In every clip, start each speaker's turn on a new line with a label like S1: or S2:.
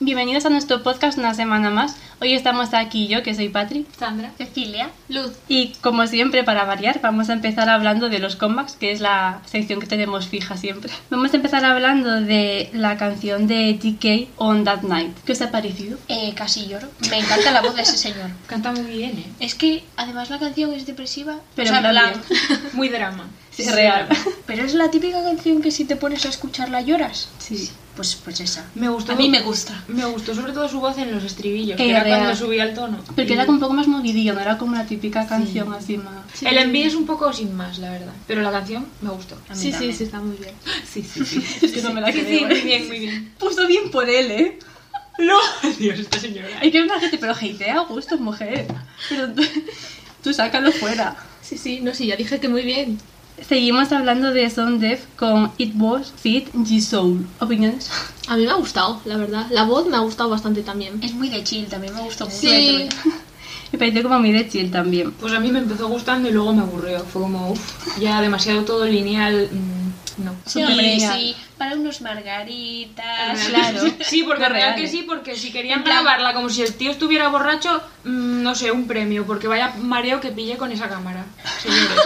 S1: bienvenidos a nuestro podcast una semana más. Hoy estamos aquí yo, que soy Patri.
S2: Sandra.
S3: Cecilia.
S2: Luz.
S1: Y como siempre, para variar, vamos a empezar hablando de los comebacks, que es la sección que tenemos fija siempre. Vamos a empezar hablando de la canción de DK, On That Night. ¿Qué os ha parecido?
S3: Eh, casi lloro. Me encanta la voz de ese señor.
S2: Canta muy bien, ¿eh?
S3: Es que además la canción es depresiva,
S1: Pero
S3: o sea,
S1: en plan
S3: la-
S1: bien.
S2: Muy drama.
S1: Es real.
S3: Pero es la típica canción que si te pones a escucharla lloras.
S1: Sí.
S3: Pues, pues esa.
S2: Me gustó.
S3: A mí me gusta.
S2: Me gustó sobre todo su voz en los estribillos, que
S1: Eh,
S2: era
S1: real.
S2: cuando subía el tono.
S1: Porque
S2: Y-
S1: era como un poco más movidillo, no era como la típica canción así más...
S2: El envío es un poco sin más, la verdad. Pero la canción me gustó. A mí
S1: Sí, sí,
S2: también.
S1: sí, está muy bien.
S2: Sí, sí, sí.
S1: Es que no me la
S2: Sí,
S1: creo,
S2: sí,
S1: ¿eh?
S2: muy bien, muy bien.
S1: Puso bien por él, ¿eh?
S2: ¡No! Dios, esta señora.
S1: Hay que ver la gente, pero hatea a gusto, mujer. Pero tú, tú sácalo fuera.
S4: Sí, sí, no, sí, ya dije que muy bien.
S1: Seguimos hablando de Son Def con It Was Fit G-Soul. ¿Opiniones?
S4: A mí me ha gustado, la verdad. La voz me ha gustado bastante también.
S3: Es muy de chill, también me gustó mucho.
S4: Sí.
S1: Me pareció como muy de chill también.
S2: Pues a mí me empezó gustando y luego me aburrió. Fue como, uff, ya demasiado todo lineal. mm, no.
S3: Sí,
S1: Súper
S3: hombre,
S1: genial.
S3: sí, para unos margaritas.
S1: Claro.
S2: Sí, porque
S1: Fue real,
S2: real
S1: ¿eh?
S2: que sí, porque si querían
S3: En plan-
S2: grabarla como si el tío estuviera borracho, mm, no sé, un premio, porque vaya mareo que pillé con esa cámara. señores.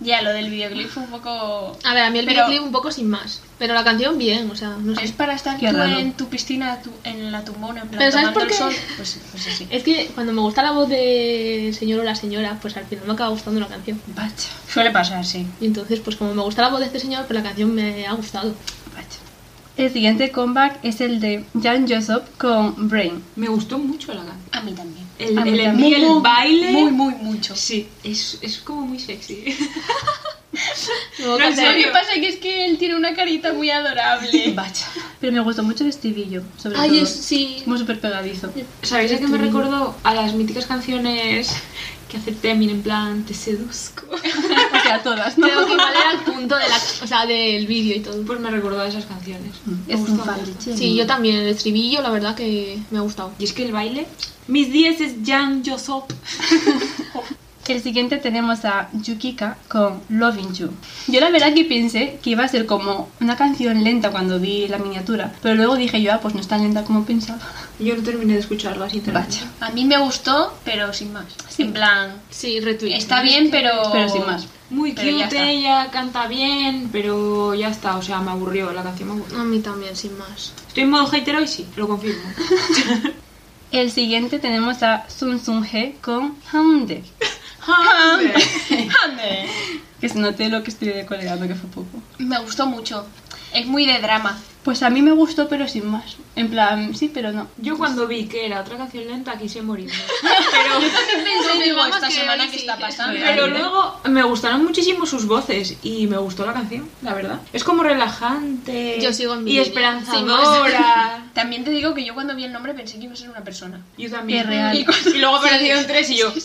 S3: Ya, lo del videoclip fue un poco...
S4: A ver, a mí el
S3: Pero-
S4: videoclip un poco sin más. Pero la canción bien, o sea, no
S3: Es
S4: sé.
S3: para estar
S1: Ah, Qué
S3: tú
S1: raro.
S3: en tu piscina, tu- en la tumbona, en plan,
S4: Pero
S3: tomando
S4: ¿sabes por
S3: el
S4: qué?
S3: sol. Pues, pues así.
S4: Es que cuando me gusta la voz del señor o la señora, pues al final me acaba gustando la canción.
S1: Vaya,
S3: Suele pasar, sí.
S4: Y entonces, pues como me gusta la voz de este señor, pues la canción me ha gustado.
S1: vaya. El siguiente comeback es el de Jan Joseph con Brain.
S2: Me gustó mucho la canción.
S3: A mí también.
S2: El,
S1: A mí
S2: el,
S1: también.
S2: envío, el
S3: Muy,
S2: baile.
S3: Muy, muy, mucho.
S2: Sí, es, es como muy sexy.
S4: Luego
S2: No, en
S4: canta-
S2: serio.
S3: pasa que es que él tiene una carita muy adorable.
S1: Vaya. Pero me gustó mucho el estribillo, sobre
S4: Ay,
S1: todo.
S4: es, sí.
S1: Como súper pegadizo.
S2: ¿Sabéis a qué me recordó? A las míticas canciones que hace Temin en plan, te seduzco.
S1: O sea, todas, ¿no?
S4: Creo que igual era el punto de la, o sea, del vídeo y todo.
S2: Pues me recordó a esas canciones. Me
S1: Mm. Es
S2: gustó
S1: un
S2: mucho.
S1: fabriche.
S4: Sí, yo también. El estribillo, la verdad que me ha gustado.
S2: Y es que el baile. Mis 10 es Jan Josop.
S1: El siguiente tenemos a Yukika con Loving You. Yo la verdad que pensé que iba a ser como una canción lenta cuando vi la miniatura, pero luego dije yo, ah, pues no es tan lenta como pensaba.
S2: Yo no terminé de escucharla, sinceramente.
S1: Vaya.
S3: A mí me gustó, pero sin más. En plan,
S4: Sí, retweet.
S3: está bien, pero...
S1: Pero sin más.
S2: Muy
S3: Pero ya está.
S2: cute, ella canta bien, pero ya está, o sea, me aburrió, la canción me aburrió.
S4: A mí también, sin más.
S2: Estoy en modo hater hoy, sí, lo confirmo.
S1: El siguiente tenemos a Sun Sun He con Hande.
S3: Ande.
S1: Que se note lo que estoy colegando, que fue poco.
S3: Me gustó mucho. Es muy de drama.
S1: Pues a mí me gustó, pero sin más. En plan, sí, pero no.
S2: Yo cuando vi que era otra canción lenta quise morirme.
S3: Pensé, digo,
S4: digamos
S3: esta
S4: que
S3: semana
S4: hoy
S3: que
S4: sí
S3: está
S4: que es
S3: pasando.
S2: Pero luego me gustaron muchísimo sus voces y me gustó la canción, la verdad. Es como relajante
S4: Yo sigo en mi
S2: y
S4: línea,
S2: esperanzadora.
S3: También te digo que yo cuando vi el nombre pensé que iba a ser una persona.
S2: Yo también.
S1: Qué real.
S2: Y, cu- y luego aparecieron tres y yo. ¿Qué,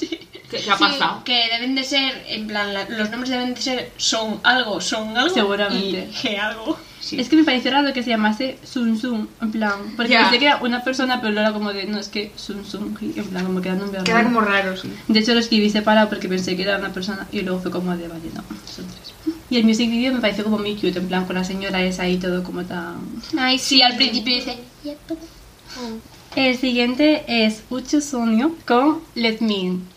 S2: qué ha
S4: Sí.
S2: pasado?
S3: Que deben de ser, en plan, la- los nombres deben de ser son algo, son algo.
S1: Seguramente.
S3: Y que algo.
S2: Sí.
S1: Es que me pareció raro que se llamase Sun Sun, en plan, porque
S2: Ya.
S1: pensé que era una persona, pero no era como de, no, es que Sun Sun, He, en plan, como quedando un verbo.
S2: Queda como raro, sí.
S1: De hecho, lo escribí separado porque pensé que era una persona y luego fue como de, vale, no, son tres. Y el music video me pareció como muy cute, en plan, con la señora esa y todo como tan...
S3: Ay, sí, al principio dice.
S1: El siguiente es Uchu Sonio con Let Me In.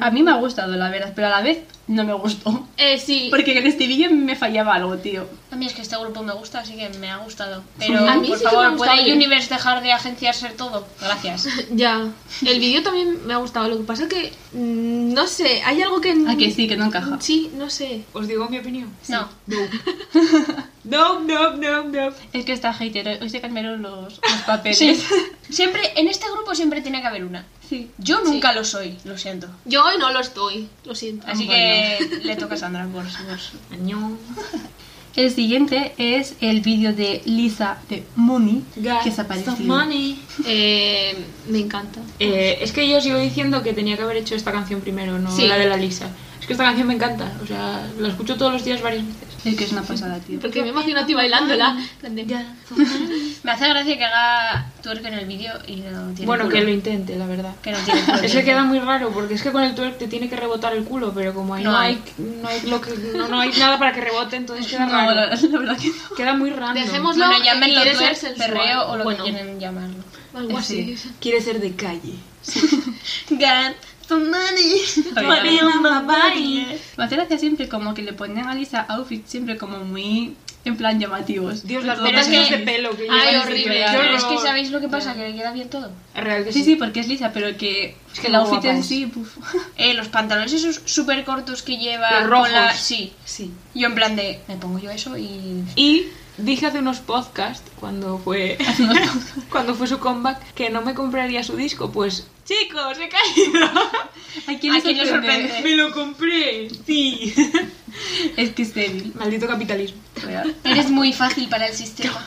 S1: A mí me ha gustado, la verdad, pero a la vez no me gustó.
S4: Eh, sí.
S1: Porque en este vídeo me fallaba algo, tío.
S3: A mí es que este grupo me gusta, así que me ha gustado. Pero,
S4: A mí
S3: por
S4: sí que me ha
S3: favor,
S4: gustado,
S3: ¿puede
S4: ¿eh?
S3: Universe dejar de agenciarse todo? Gracias.
S4: Ya. El vídeo también me ha gustado. Lo que pasa que, mm, no sé, hay algo que...
S1: Ah, que sí, que no encaja.
S4: Mm. Sí, no sé.
S2: ¿Os digo mi opinión?
S3: No.
S2: No, no, no, no.
S1: Es que está hater, hoy se cambiaron los, los papeles.
S3: Sí. Siempre, en este grupo siempre tiene que haber una.
S1: Sí.
S3: Yo nunca lo soy, lo siento.
S4: Yo hoy no lo estoy. Lo siento.
S3: Así que le toca a Sandra por por-
S2: Añón.
S1: El siguiente es el vídeo de Lisa de Money, que se ha
S2: Got some
S1: parecido.
S2: money.
S4: Eh, me encanta.
S2: Eh, es que yo sigo diciendo que tenía que haber hecho esta canción primero, no
S4: Sí.
S2: la de la Lisa. Es que esta canción me encanta, o sea, la escucho todos los días varias veces.
S1: Es que es una pasada, tío.
S4: Porque me imagino a ti bailándola. en plan de-
S3: Me hace gracia que haga twerk en el vídeo y no tiene
S2: Bueno,
S3: culo.
S2: que lo intente, la verdad.
S3: Que no tiene culo.
S2: Ese queda muy raro porque es que con el twerk te tiene que rebotar el culo, pero como ahí no,
S3: No
S2: hay, no hay lo que no, no hay nada para que rebote, entonces queda
S1: No, la,
S2: raro.
S1: la verdad que no.
S2: Queda muy raro.
S4: Dejemos-
S3: Bueno,
S4: No,
S3: llámenlo
S4: quiere ser
S3: twerk,
S4: sensual.
S3: perreo o lo
S4: Bueno.
S3: que quieren llamarlo.
S4: Algo así.
S2: Quiere ser de calle.
S3: Get the money.
S1: Money
S3: on my
S1: Me hace gracia siempre como que le ponen a Lisa outfits siempre como muy, en plan, llamativos.
S2: Dios, las
S1: Todo
S2: botas
S1: muy-
S2: esas de pelo que
S4: Ay,
S2: llevan
S4: horrible.
S2: siempre.
S1: Qué
S3: Pero
S2: Qué
S3: es que
S2: horror.
S3: ¿sabéis lo que pasa? Que le queda bien todo.
S2: Real que
S1: Sí,
S2: sí.
S1: sí, porque es Lisa, pero que,
S2: Es que
S1: que la
S2: muy
S1: outfit
S2: guapa
S1: en
S2: es.
S1: sí, puf.
S3: Eh, los pantalones esos súper cortos que lleva
S2: Los rojos.
S3: con la- Sí.
S2: Sí.
S3: Yo en plan de... Me pongo yo eso y...
S2: Y dije hace unos podcasts cuando fue cuando fue su comeback que no me compraría su disco, pues chicos, he caído.
S1: Ah, ¿A quién le
S3: ¿A quién le
S1: sorprende?
S3: sorprende?
S2: me lo compré. Sí.
S1: Es que es débil.
S2: Maldito capitalismo.
S1: real.
S3: Eres muy fácil para el sistema.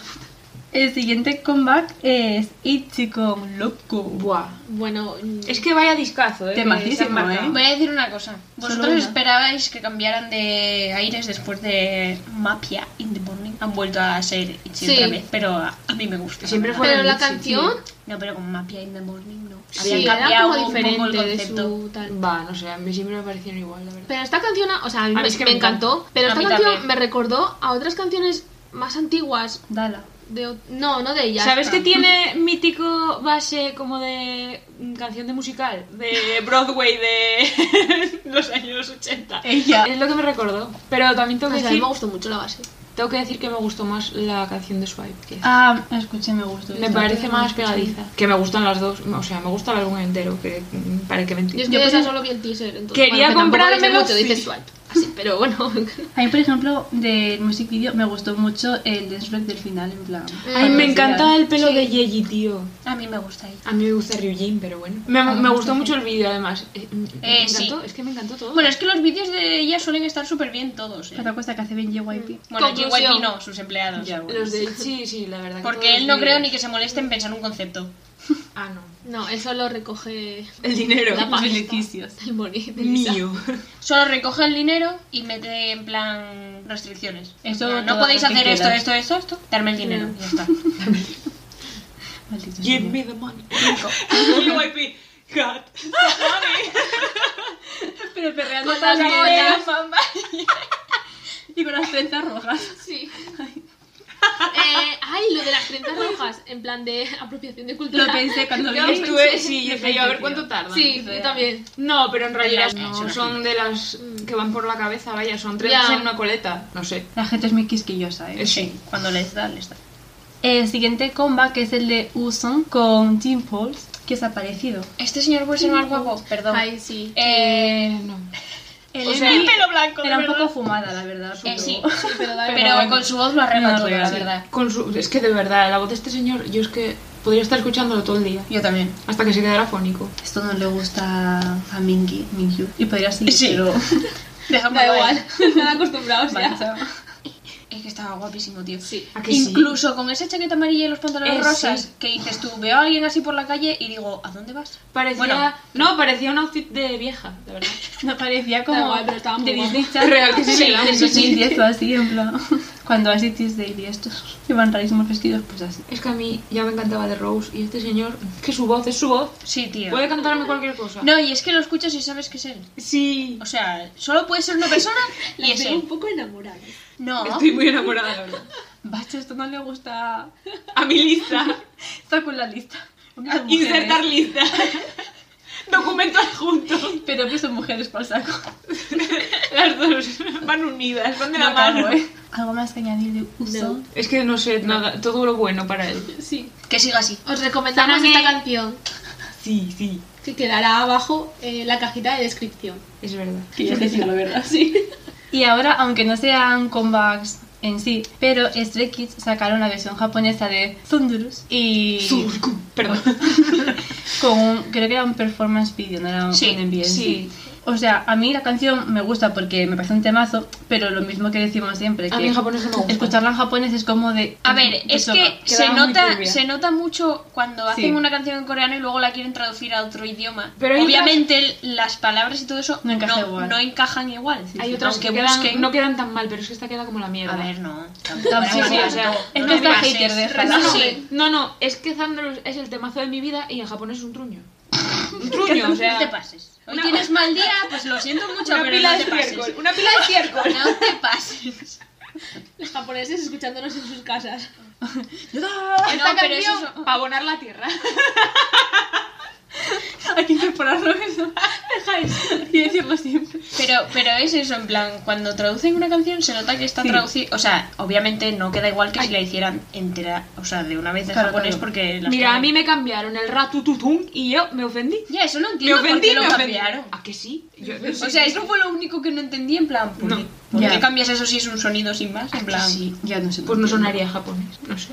S1: El siguiente comeback es Itchy con Loco.
S2: Buah.
S4: Bueno, mm,
S2: Es que vaya discazo, eh.
S1: Temacísimo,
S2: que se han marcado.
S1: ¿eh?
S3: Voy a decir una cosa.
S1: Solo
S3: ¿Vosotros
S1: una.
S3: esperabais que cambiaran de aires después de Mafia in the Morning? Han vuelto a ser Itchy
S4: Sí.
S3: otra vez, pero a, a mí me gusta.
S2: Siempre
S3: la verdad.
S2: fue-
S4: pero
S2: sí,
S4: la canción
S3: No, pero con Mafia in the Morning no.
S4: sí,
S3: Habían
S4: era
S3: cambiado
S4: como
S3: un poco el
S4: diferente de
S3: concepto.
S4: su tal.
S2: Va, no sé, a mí siempre me parecieron igual, la verdad.
S4: Pero esta canción, o sea, a mí,
S2: A mí
S4: me,
S2: es que
S4: me
S2: me encanta.
S4: encantó, pero
S3: A
S4: esta
S3: mí
S4: canción
S3: también.
S4: me recordó a otras canciones más antiguas
S1: Dala.
S4: de o- no, no de ella.
S2: ¿Sabes que tiene mítico base como de mm, canción de musical? De Broadway de los años 80.
S1: Ella.
S2: Es lo que me recordó. Pero también tengo que,
S4: a mí
S2: decir,
S4: me gustó mucho la base.
S2: tengo que decir que me gustó más la canción de Swipe. que
S1: Ah, escuché, me gustó.
S2: me
S1: esta.
S2: parece más pegadiza. Que me gustan las dos. O sea, me gusta el álbum entero, que mm, para que
S4: Yo
S2: mentir.
S4: es que
S1: Yo
S4: pues
S1: pensé-
S4: ya solo vi el teaser, entonces
S2: Quería
S4: bueno, que tampoco dice
S2: comprármelo,
S4: mucho, dice
S2: sí.
S4: swipe. Así, pero bueno.
S1: A mí, por ejemplo, del music video me gustó mucho el dance break del final, en plan.
S2: Ay, me encanta el pelo
S4: Sí.
S2: de Yeji, tío.
S3: A mí me gusta ella.
S2: A mí me gusta Ryujin, pero bueno. Me, me gustó mucho el vídeo, además. Eh, me
S3: Eh,
S2: encantó,
S3: sí.
S2: Es que me encantó todo.
S3: Bueno, es que los vídeos de ella suelen estar súper bien todos, ¿eh?
S1: Otra cosa que hace bien
S2: Mm.
S1: JYP.
S3: Bueno,
S4: Conclusión.
S3: JYP no, sus empleados.
S1: Ya, bueno.
S2: Los de sí, sí, la verdad. que
S3: Porque
S2: todos
S3: él no
S2: los
S3: creo ni
S2: vídeos.
S3: que se moleste en pensar un concepto.
S2: Ah, no.
S4: No, eso lo recoge
S2: El dinero.
S4: la
S1: Los
S4: pasta.
S1: beneficios.
S4: El money de Lisa.
S2: Mío.
S3: Solo recoge el dinero y mete en plan restricciones.
S1: Eso
S3: En plan, no
S1: todo
S3: podéis
S1: lo que
S3: hacer esto,
S1: quieras.
S3: esto, esto, esto. Darme el dinero.
S4: No.
S3: Ya está.
S1: Maldito
S2: Give
S1: sea.
S2: me the money. JYP. God.
S1: Pero perreando
S4: Con las
S1: botas.
S4: botas.
S1: y con las trenzas rojas.
S4: Sí. Eh, ay, lo de las trenzas rojas, en plan de apropiación de cultura.
S1: Lo pensé cuando vi
S4: Yo
S1: esto.
S2: Estuve, sí, yo dije yo, a ver
S1: Tío.
S2: cuánto tardan.
S4: Sí, yo
S1: real.
S4: también.
S2: No, pero en realidad
S3: Las-
S2: no,
S3: son las-
S2: son de las que van por la cabeza, vaya, son tres
S4: Ya.
S2: en una coleta. No sé.
S1: La gente es muy quisquillosa, ¿eh?
S2: Es-
S3: Sí, cuando les da, les da.
S1: El siguiente comeback es el de Uson con Jim Pauls, que es aparecido.
S3: Este señor puede ser más guapo. Perdón.
S4: Ay, sí.
S3: Eh,
S2: no.
S1: El
S3: o sea,
S1: Emmy
S3: pelo blanco. de
S1: era un
S3: verdad. Eh,
S1: poco fumada, la verdad. Eh, pero-
S3: sí.
S4: Sí, pero da
S3: Pero
S1: bueno.
S3: con su voz lo arregla
S1: No,
S3: todo,
S1: pero
S3: la
S1: sí.
S3: verdad.
S2: Con su, es que de verdad, la voz de este señor, yo es que podría estar escuchándolo todo el día.
S3: Yo también.
S2: Hasta que se quedara fónico.
S1: Esto no le gusta a Minky, Minkyu. Y podría seguir,
S3: Sí.
S1: pero...
S3: Dejamos
S4: Da igual. Están acostumbrados
S1: Vale,
S4: ya.
S1: chao.
S3: Es que estaba guapísimo, tío.
S4: Sí.
S2: ¿A que sí?
S3: Incluso con esa chaqueta amarilla y los pantalones
S2: Eh,
S3: rosas,
S2: sí.
S3: que dices tú, veo a alguien así por la calle y digo, ¿a dónde vas?
S2: Parecía.
S3: Bueno.
S2: No, parecía un outfit de vieja, de verdad.
S1: No parecía
S4: Da
S1: como
S4: igual, pero estaba muy
S1: de
S4: guapo.
S1: Disney Channel.
S2: Real que sí,
S1: Sí,
S2: sí,
S1: del
S2: sí, sí.
S1: 2010 o así, en plan. Cuando así Tis Daily estos que van rarísimos vestidos, pues así.
S2: Es que a mí ya me encantaba de Rose y este señor, que su voz es su voz.
S3: Sí, tío.
S2: Puede cantarme cualquier cosa.
S3: No, y es que lo escuchas y sabes que es él.
S2: Sí.
S3: O sea, solo puede ser una persona y
S4: La
S3: es
S4: tengo un
S3: él.
S4: poco enamorada.
S3: No.
S2: Estoy muy enamorada, la verdad.
S1: Bacho, esto no le gusta.
S2: A mi lista.
S1: Está con la lista. Hombres o mujeres.
S2: Insertar lista. Documento adjunto.
S1: Pero que son mujeres por saco.
S2: Las dos van unidas, van de la
S1: No cago,
S2: mano.
S1: ¿eh? Algo más que añadir de uso.
S2: Es que no sé, nada, todo lo bueno para él.
S4: Sí.
S3: Que siga así.
S4: Os recomendamos
S2: Sáname.
S4: esta canción
S2: Sí, sí.
S4: que quedará abajo en la cajita de descripción.
S2: Es verdad.
S1: Que ya decirlo, ¿verdad? Sí. Y ahora, aunque no sean comebacks en sí, pero Stray Kids sacaron la versión japonesa de Thundurus y
S2: Perdón.
S1: con un, creo que era un performance video, no era un
S3: Sí,
S1: un envío en
S2: sí.
S1: O sea, a mí la canción me gusta porque me parece un temazo, pero lo mismo que decimos siempre,
S2: A mí en
S1: que
S2: japonés no me gusta.
S1: escucharla en japonés es como de... pues
S3: A ver,
S1: te
S3: es
S1: choca.
S3: que se
S2: Quedaba muy
S3: nota,
S2: turbia.
S3: se nota mucho cuando hacen
S1: Sí.
S3: una canción en coreano y luego la quieren traducir a otro idioma.
S2: Pero hay
S3: Obviamente las palabras y todo eso
S1: No
S3: no,
S1: encaja igual.
S3: no encajan igual.
S2: Hay otras
S3: Aunque
S2: que quedan-
S3: busquen-
S2: no quedan tan mal, pero es que esta queda como la mierda.
S3: A ver, no.
S1: Tampoco,
S2: sí, o sea,
S1: es
S3: no
S1: que está
S3: pases.
S1: hater, déjala.
S2: No, no,
S3: Sí.
S2: no, no, es que Thunderous es el temazo de mi vida y en japonés es un truño. Un truño, o
S3: No te
S2: sea.
S3: pases. Hoy tienes mal día, pues lo siento mucho,
S2: Una
S3: pero
S2: pila
S3: no
S2: de
S3: te
S2: estiércol,
S3: pases.
S2: una pila de estiércol.
S3: No te pases.
S4: Los japoneses escuchándonos en sus casas.
S2: Esta
S3: No, pero eso
S2: canción para abonar la tierra.
S1: Hay que incorporarlo eso. Y decirlo siempre.
S3: Pero, pero es eso, en plan, cuando traducen una canción se nota que está
S1: Sí.
S3: traducida. O sea, obviamente no queda igual que si la hicieran entera, o sea, de una vez en
S1: Claro,
S3: japonés,
S1: claro.
S3: porque. las
S2: Mira,
S3: tienen-
S2: a mí me cambiaron el ratututun y yo me ofendí.
S3: Ya, eso no
S2: Me
S3: entiendo por
S2: ofendí,
S3: qué
S2: me
S3: lo
S2: ofendí.
S3: cambiaron.
S2: ¿A que sí? Yo,
S3: O sea, eso fue lo único que no entendí, en plan, ¿por,
S2: No.
S3: qué, por
S1: Ya.
S3: qué cambias eso si es un sonido sin más? En plan,
S1: Sí, ya no sé.
S2: Pues no sonaría japonés, no sé.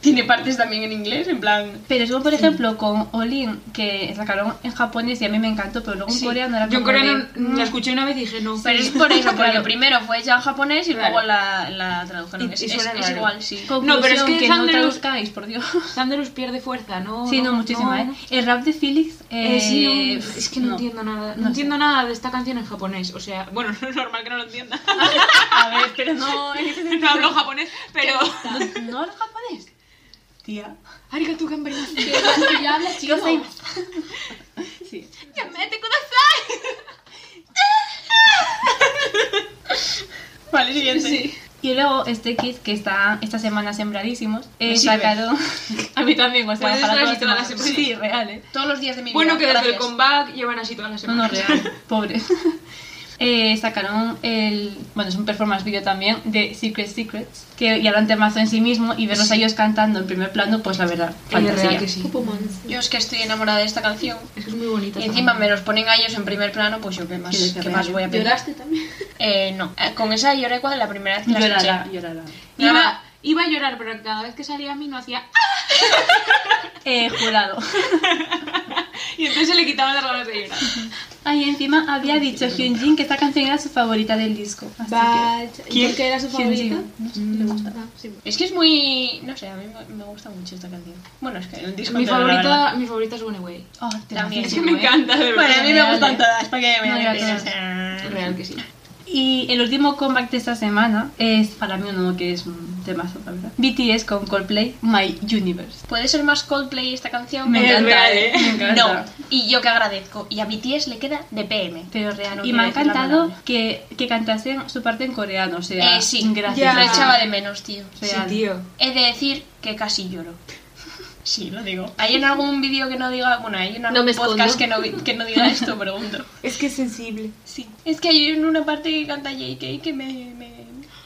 S3: tiene partes también en inglés, en plan...
S1: Pero es como, por ejemplo, con Olin, que sacaron en japonés y a mí me encantó, pero luego en
S2: Sí.
S1: coreano era
S2: Yo en
S1: como
S2: coreano
S1: de,
S2: la escuché una vez y dije no.
S3: Pero es por eso, porque
S1: Claro.
S3: primero fue hecha en japonés y
S2: Claro.
S3: luego la, la tradujeron.
S2: Y-
S3: Es,
S2: y
S3: es-
S2: suena
S3: es
S2: raro.
S3: igual, sí.
S1: Conclusión,
S2: pero es que
S1: que no
S2: Sandra-
S1: traduzcáis, por Dios.
S2: Thunderous pierde fuerza, ¿no?
S1: Sí, no, muchísima, ¿eh?
S2: no.
S1: El rap de Felix... Eh,
S2: Eh, sí, no, es que no, entiendo nada. No,
S1: sé.
S2: entiendo nada de esta canción en japonés. O sea, bueno, no es normal que no lo entienda.
S1: A ver, pero no...
S2: No hablo japonés, pero.
S1: ¿No, no hablas japonés? Tía.
S2: Arigatou gozaimasu.
S4: Que que ya habla chino.
S1: Sí.
S2: Llámate kudasai.
S3: Vale, siguiente.
S1: Y luego este kit que está esta semana sembradísimos,
S3: Me
S1: eh,
S3: sirve.
S1: sacaron a mí también, o sea,
S2: Pues
S1: para
S2: eso
S1: todas
S2: es toda la
S1: semanas.
S2: semana.
S1: Sí, reales.
S3: Todos los días de mi
S2: Bueno, que
S3: vida.
S2: desde el
S3: gracias.
S2: comeback llevan así todas las
S1: No, no,
S2: semanas.
S1: real, pobre. Eh, sacaron el. Bueno, es un performance video también de Secret Secrets, que ya era un temazo en sí mismo y verlos a ellos cantando en primer plano, pues la verdad,
S2: Es real
S1: fantasía.
S2: que sí.
S4: Pupumans.
S3: Yo es que estoy enamorada de esta canción.
S2: Es que es muy bonita.
S3: Y
S2: esa
S3: encima
S2: canción.
S3: me los ponen a ellos en primer plano, pues yo qué más,
S1: Quieres que
S3: qué más
S1: vea.
S3: voy a pedir.
S4: Lloraste también.
S3: Eh, no. Eh, Con esa lloré cuando la primera vez que la
S1: Llorará,
S3: escuché.
S1: llorará.
S2: Iba, iba a llorar, pero cada vez que salía a mí no hacía. "Ah",
S1: Eh, jurado.
S2: Y entonces se le quitaban las ganas de llorar.
S1: Ahí encima había dicho Hyunjin que esta canción era su favorita del disco. Así
S4: Vaya. ¿Y
S1: ¿Quién?
S4: por qué era su
S1: que. Hyunjin.
S4: favorita?
S1: No sé, le gusta.
S4: Ah, sí.
S3: Es que es muy... no sé, a mí me- me gusta mucho esta canción. Bueno, es que el disco
S2: Mi
S3: entero, la verdad.
S2: favorita, mi favorita es One Away.
S1: Oh, te
S3: También.
S2: Es
S1: haces,
S2: que me
S1: ¿eh?
S2: encanta, de
S3: Bueno, a
S2: verdad.
S3: mí me
S1: Real,
S3: gustan
S1: ¿eh?
S3: todas, para que me
S1: No, yo a todas.
S2: Real que sí.
S1: Y el último comeback de esta semana es para mí uno que es un temazo, la verdad. BTS con Coldplay, My Universe.
S3: ¿Puede ser más Coldplay esta canción?
S1: Me
S3: Me
S2: Es
S3: encanta.
S2: real, ¿eh?
S1: Me encanta.
S3: No, y yo que agradezco. Y a BTS le queda de PM.
S1: Pero real.
S3: No
S1: y me ha
S3: quiero decir eh, la
S1: encantado
S3: palabra.
S1: que, que cantasen su parte en coreano, o sea,
S3: Eh, sí.
S1: gracias.
S2: Ya.
S3: Lo echaba de menos, tío.
S2: Sí,
S1: Real.
S2: tío.
S3: He de decir que casi lloro. Sí, lo digo. ¿Hay en algún vídeo que no diga, bueno, hay en
S4: No
S3: algún
S4: me
S3: podcast
S4: escondo.
S3: que no, que no diga esto? Pregunto.
S2: Es que es sensible.
S3: Sí. Es que hay en una parte que canta JK que me, me,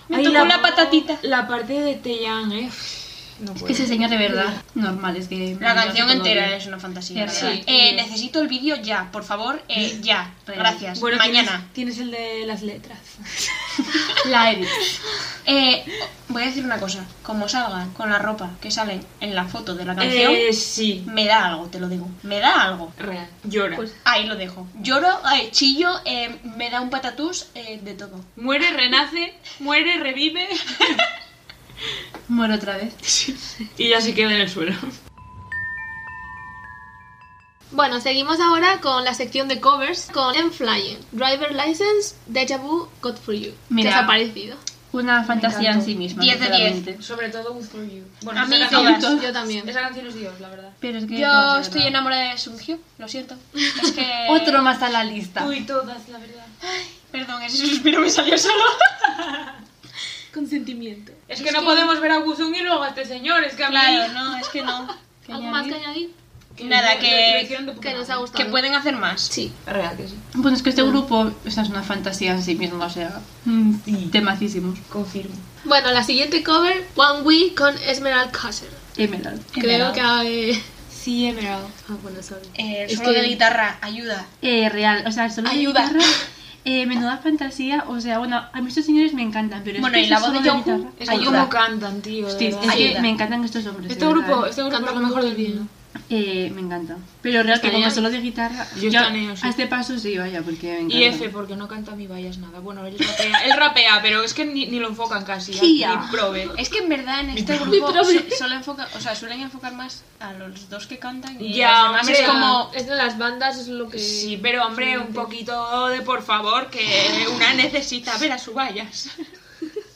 S3: me
S2: Ahí
S3: tocó la patatita.
S2: La parte de Teyang, eh. No puedo.
S1: Que ese señor de verdad, normal, es que...
S3: La canción
S1: no sé
S3: entera
S1: todavía.
S3: es una fantasía.
S1: Sí,
S3: la verdad.
S4: sí.
S3: Eh, necesito el vídeo ya, por favor, eh, ya.
S1: Real.
S3: Gracias.
S2: Bueno,
S3: Mañana.
S2: Tienes, tienes el de las letras.
S1: La Edith.
S3: Eh, voy a decir una cosa. Como salga con la ropa que sale en la foto de la canción,
S2: Eh, sí.
S3: me da algo, te lo digo. Me da algo.
S2: Real. Llora.
S4: Pues-
S3: Ahí lo dejo. Lloro, eh, chillo, eh, me da un patatús eh, de todo.
S2: Muere, renace, muere, revive.
S1: Muero otra vez.
S2: Y ya se queda en el suelo.
S4: Bueno, seguimos ahora con la sección de covers con I'm Flying, Driver License, Deja Vu, God For You.
S1: Mira.
S4: Que has aparecido.
S1: Una fantasía en sí misma.
S3: Diez de diez.
S1: sinceramente.
S2: Sobre todo Good For You.
S3: A
S2: esa
S3: mí
S2: canción-
S3: todas.
S4: Yo también.
S2: Esa canción es Dios, la verdad.
S1: Pero es que... no,
S3: Yo
S1: de
S3: estoy
S1: verdad.
S3: enamorada de Sunghyun, lo siento. Es que...
S1: Otro más a la lista.
S2: Uy, todas, la verdad.
S3: Perdón, ese suspiro me salió solo.
S4: Consentimiento.
S2: Es que no podemos ver a Guzun y luego a este señor. Es que a mí-
S3: Claro, no, es que no.
S4: ¿Algo más que añadir?
S3: Nada,
S2: lo-
S3: que-
S2: lo hicieron de puta
S4: Que nos ha
S2: madre.
S4: gustado.
S3: Que pueden hacer más.
S4: Sí.
S2: Real que sí.
S1: Bueno, es que
S3: Mm.
S1: este grupo o sea, es una fantasía en sí mismo, o sea, mm, temacísimos.
S2: Confirmo.
S4: Bueno, la siguiente cover, One We con Esmeralda Kasher.
S1: Emerald.
S4: Creo que... eh,
S2: Sí, Emerald.
S4: Ah, bueno, sorry.
S3: Eh, el
S4: Es
S3: solo
S4: que-
S3: de guitarra, ayuda.
S1: Eh, real, o sea, solo de
S3: Ayuda.
S1: guitarra, eh, menuda fantasía, o sea, bueno, a mí estos señores me encantan, pero es
S3: Bueno,
S1: que
S3: y
S1: es
S3: la voz
S1: solo
S3: de Jungkook
S1: guitarra.
S2: Es
S3: Ayuda.
S2: como cantan, tío. de
S1: Hostia, es
S2: verdad.
S1: que
S3: Ayuda.
S1: me encantan estos hombres.
S2: Este
S1: de
S2: grupo,
S1: verdad.
S2: este grupo es
S4: Canta
S2: lo
S4: muy
S2: mejor del
S4: bien.
S2: vídeo.
S1: Eh, me encanta. Pero real que como
S2: Estaría-
S1: solo de guitarra.
S2: Yo también, sí.
S1: a este paso sí, vaya, porque me encanta.
S2: Y F, porque no canta mi vayas nada. Bueno, él rapea, él rapea pero es que ni, ni lo enfocan casi.
S1: Sí,
S2: ya,
S1: ya.
S2: Ni prove.
S3: Es que en verdad en este grupo so- solo enfoca, o sea, suelen enfocar más a los dos que cantan y
S2: Ya,
S3: los demás
S2: hombre,
S3: es como
S4: Es de las bandas, es lo que...
S2: Eh, Sí, pero hombre, un poquito de por favor, que una necesita ver a su vayas.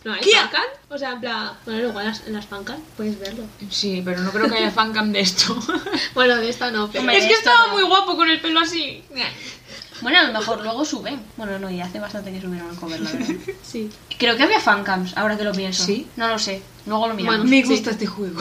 S4: No, ¿hay
S2: Kia.
S4: fancam? O sea, en plan... Bueno, igual en las- en las fancam puedes verlo.
S2: Sí, pero no creo que haya fancam de esto.
S4: Bueno, de esta no, pero...
S3: Hombre,
S2: es que
S3: esto
S2: estaba
S3: no.
S2: muy guapo con el pelo así.
S3: bueno, a lo mejor luego suben. Bueno, no, ya hace bastante que subieron el cover, la verdad.
S4: Sí.
S3: Creo que había fancams, ahora que lo pienso.
S2: ¿Sí?
S3: No lo sé. Luego lo miramos.
S4: Bueno. Me gusta
S2: este juego.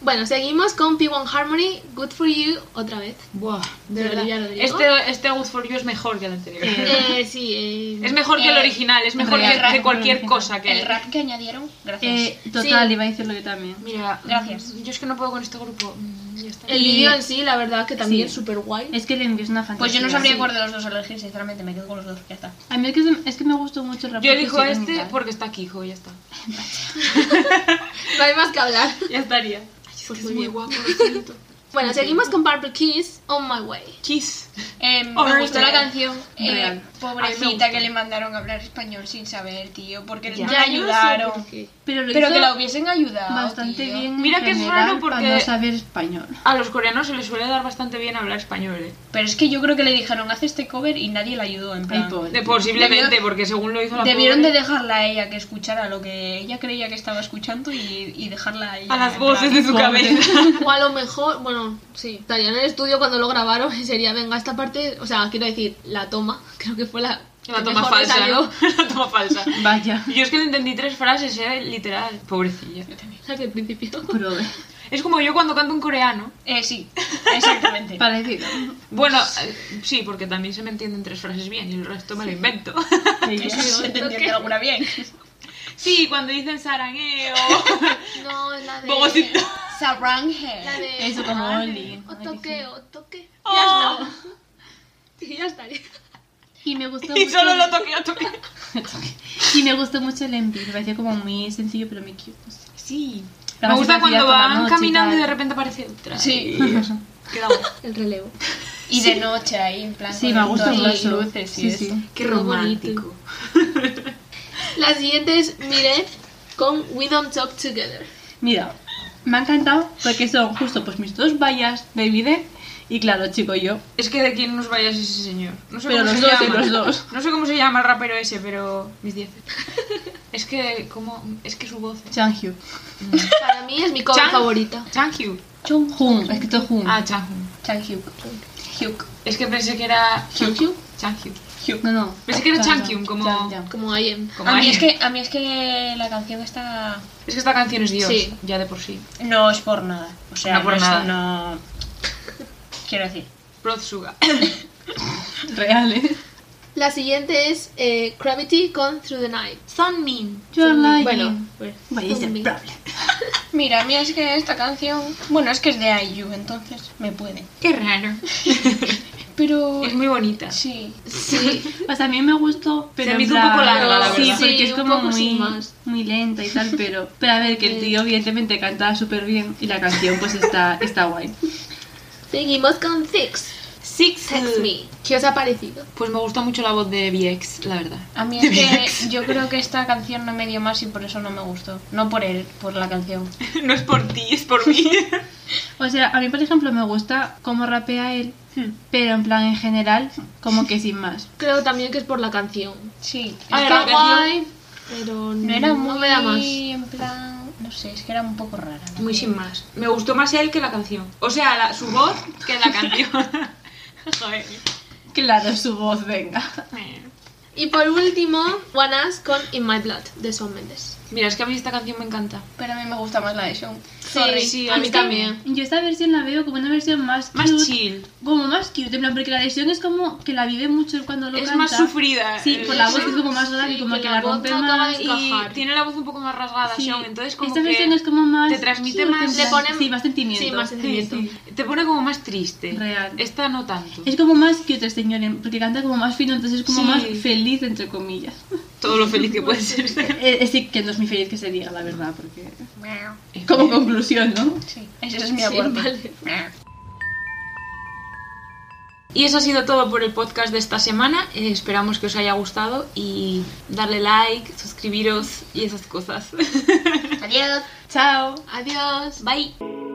S4: Bueno, seguimos con P1 Harmony, Good For You, otra vez.
S2: Buah, de
S4: Pero
S2: verdad.
S4: ya lo digo.
S2: Este, este Good For You es mejor que el anterior.
S4: Eh, sí, eh...
S2: es mejor que el
S3: eh,
S2: original, es mejor
S1: real,
S2: que de
S1: real,
S2: cualquier
S1: real.
S2: cosa que...
S3: El rap que añadieron, gracias.
S1: Eh, total,
S4: Sí.
S1: iba a decirlo yo también.
S2: Mira,
S3: Gracias.
S2: Yo es que no puedo con este grupo. Mm, Ya está.
S4: El
S1: y-
S4: vídeo en sí, la verdad, que también
S1: sí.
S4: es súper guay.
S1: Es que el envío es una fantasía.
S3: pues yo no sabría
S1: Sí.
S3: cuál de los dos elegir, sinceramente, me quedo con los dos, ya está.
S1: A mí es que, se- es que me gustó mucho el rap.
S2: Yo elijo
S1: porque sí,
S2: este
S1: tal.
S2: porque está Kijo, ya está.
S4: No hay más que hablar.
S2: Ya estaría.
S4: Pues
S2: es
S4: muy
S2: muy
S4: bien.
S2: guapo, lo siento.
S4: Bueno, seguimos con Purple Kiss, On My Way.
S2: Kiss.
S3: Eh, me
S2: Hombre,
S3: gustó
S2: real.
S3: la canción. Eh,
S1: Real.
S2: A mí me
S3: pobrecita
S2: gustó.
S3: que le mandaron a hablar español sin saber, tío, porque
S2: Ya.
S3: no
S4: Ya,
S3: la
S4: yo no sé
S3: ayudaron.
S4: por qué.
S1: Pero lo
S3: Pero
S1: hizo
S3: que la hubiesen ayudado.
S1: bastante
S3: tío.
S1: bien. en
S2: Mira que es
S1: general
S2: raro
S1: para
S2: porque-
S1: no saber español.
S2: A los coreanos se les suele dar bastante bien hablar español, ¿eh?
S3: Pero es que yo creo que le dijeron, haz este cover y nadie la ayudó, en plan.
S1: Ay, pobre.
S2: De- posiblemente,
S3: Debieron-
S2: porque según lo hizo la
S3: Debieron de
S2: pobre-
S3: dejarla a ella que escuchara lo que ella creía que estaba escuchando y, y dejarla a ella.
S2: A las
S3: en
S2: voces de
S3: plan.
S2: su
S1: Pobre.
S2: cabeza.
S4: O a lo mejor, bueno, sí, estaría en el estudio cuando lo grabaron y sería, venga, esta parte, o sea, quiero decir, la toma, creo que fue la,
S2: La
S4: que
S2: toma
S4: mejor le
S2: falsa,
S4: salió.
S2: ¿no? La toma falsa.
S1: Vaya.
S2: Yo es que le entendí tres frases, ¿eh? Literal. Pobrecilla.
S4: Desde el principio.
S1: Pero,
S2: Es como yo cuando canto en coreano.
S3: Eh, sí, exactamente.
S1: parecido.
S2: Bueno, eh, sí, porque también se me entienden tres frases bien y el resto me lo invento.
S3: Eso se te entiende alguna bien.
S2: Sí, cuando dicen saraneo.
S4: No, es la de...
S2: Bogosito.
S4: La
S3: Sarange.
S4: de...
S1: Eso como Oli.
S4: O toque, o toque.
S2: Oh.
S4: Ya está. Y ya estaría.
S1: Y me gustó
S2: Y
S1: mucho.
S2: solo lo toqué, lo toqué.
S1: y me gustó mucho el envío. Me pareció como muy sencillo, pero muy cute. no sé.
S2: Sí.
S1: La
S2: me gusta
S1: música que
S2: cuando
S1: hacía por la
S2: van
S1: noche y
S2: caminando y
S1: tal.
S2: de repente aparece otra.
S3: Sí.
S2: Queda guay.
S4: El relevo.
S3: Y de noche ahí, en plan.
S1: Sí,
S3: con
S1: me gusta
S3: todas las
S1: mucho.
S3: luces y
S1: sí,
S3: eso.
S1: sí.
S2: Qué
S4: Qué
S2: romántico.
S4: bonito. La siguiente es Miret con We Don't Talk Together.
S1: Mira, me ha encantado porque son justo pues mis dos vallas, Baby D y claro, chico, yo.
S2: Es que de quién nos vayas ese señor. No sé
S1: Pero
S2: cómo
S1: los
S2: se
S1: dos,
S2: llama.
S1: eh, los dos.
S2: No sé cómo se llama el rapero ese, pero mis 10. es que como es que su voz. eh.
S1: Changhyuk.
S4: Para mí es mi cover
S2: Chan-
S4: favorita.
S2: Changhyuk.
S1: Jung, escrito Jung.
S2: Ah, Changhyuk.
S3: Changyuk. Hyuk.
S2: Es que pensé que era
S3: Hyuk.
S2: Changhyuk.
S1: No, no.
S2: Pensé que era
S1: Claro,
S2: Changhyun, como-
S1: ya, ya.
S4: Como Ayen.
S2: Como
S3: A mí,
S2: ahí.
S3: es que, a mí es que la canción está.
S2: Es que esta canción es Dios,
S4: Sí.
S2: ya de por sí.
S3: No es por nada. O sea,
S2: No por
S3: es-
S2: nada.
S3: no- Quiero decir.
S2: Prod Suga.
S1: Real, ¿eh?
S4: La siguiente es eh, Gravity con Through the Night.
S2: Sunmin.
S1: You're lying.
S4: Bueno, pues,
S1: Vaya, es
S4: Sunmin.
S1: el problem.
S3: Mira, a mí es que esta canción. Bueno, es que es de IU, entonces me puede.
S2: Qué raro.
S3: Pero.
S2: Es muy bonita.
S3: Sí.
S4: Sí,
S1: Pues a mí me gustó, pero
S2: me
S1: en
S2: hizo un poco
S1: plan-
S2: larga, la
S1: Sí,
S2: verdad.
S1: porque
S4: Sí,
S1: es
S4: un
S1: como
S4: poco sin
S1: muy,
S4: más.
S1: muy lenta y tal, pero... Pero a ver, que el
S4: Sí.
S1: tío evidentemente cantaba súper bien y la canción pues está, está guay.
S4: seguimos con Six.
S2: Six
S4: Text Me. ¿Qué os ha parecido?
S2: Pues me gusta mucho la voz de BX, la verdad.
S3: A mí es que yo creo que esta canción no me dio más y por eso no me gustó. No por él, por la canción.
S2: No es por ti, es por mí.
S1: O sea, a mí por ejemplo me gusta cómo rapea él,
S2: Hmm.
S1: pero en plan en general como que sin más.
S4: Creo también que es por la canción.
S3: Sí.
S2: A ver,
S4: Está
S2: la canción-
S4: guay, pero
S3: No era
S4: no
S3: muy.
S4: me da más.
S3: En plan. No sé, es que era un poco rara. ¿no?
S2: Muy sin más. Me gustó más él que la canción. O sea, la- su voz que la canción. Joder.
S1: Claro, su voz, venga.
S4: Y por último, One Us con In My Blood de Son Mendes.
S2: Mira, es que a mí esta canción me encanta.
S3: Pero a mí me gusta más la de Sean.
S2: Sorry. Sí, a
S4: a
S2: mí
S4: mí también.
S1: Yo esta versión la veo como una versión más
S2: Más
S1: cute,
S2: chill.
S1: Como más cute, en plan, porque la versión es como que la vive mucho cuando lo
S2: es
S1: canta.
S2: más sufrida.
S1: Sí,
S2: Eh,
S1: por la
S4: Sí,
S1: voz es como más grave y
S4: sí,
S1: como
S4: que
S1: que,
S4: la
S1: la
S4: voz
S1: rompe
S4: no acaba
S1: más.
S4: de
S2: Y
S4: Encajar.
S2: tiene la voz un poco más rasgada,
S1: Sí.
S2: Sean. Entonces, como
S1: Esta
S2: que
S1: versión es como más.
S2: te
S1: cute,
S2: transmite más-
S1: en
S4: Le
S1: plan,
S4: ponen-
S1: Sí, más sentimiento.
S4: sí, más sentimiento.
S1: Sí, sí.
S2: te pone como más triste.
S1: Real.
S2: Esta no tanto.
S1: Es como más cute el señor, en- porque canta como más fino, entonces es como
S2: Sí.
S1: más feliz, entre comillas. Eh,
S2: Todo lo feliz que puede ser esta
S1: Es decir, que no es muy feliz que se diga, la verdad, porque.
S3: Miau.
S1: Como conclusión, ¿no?
S3: Sí. Ese es mi
S4: Sí,
S3: aporte.
S4: vale.
S2: Y eso ha sido todo por el podcast de esta semana. Eh, esperamos que os haya gustado y darle like, suscribiros y esas cosas.
S3: Adiós.
S1: Chao.
S4: Adiós.
S2: Bye.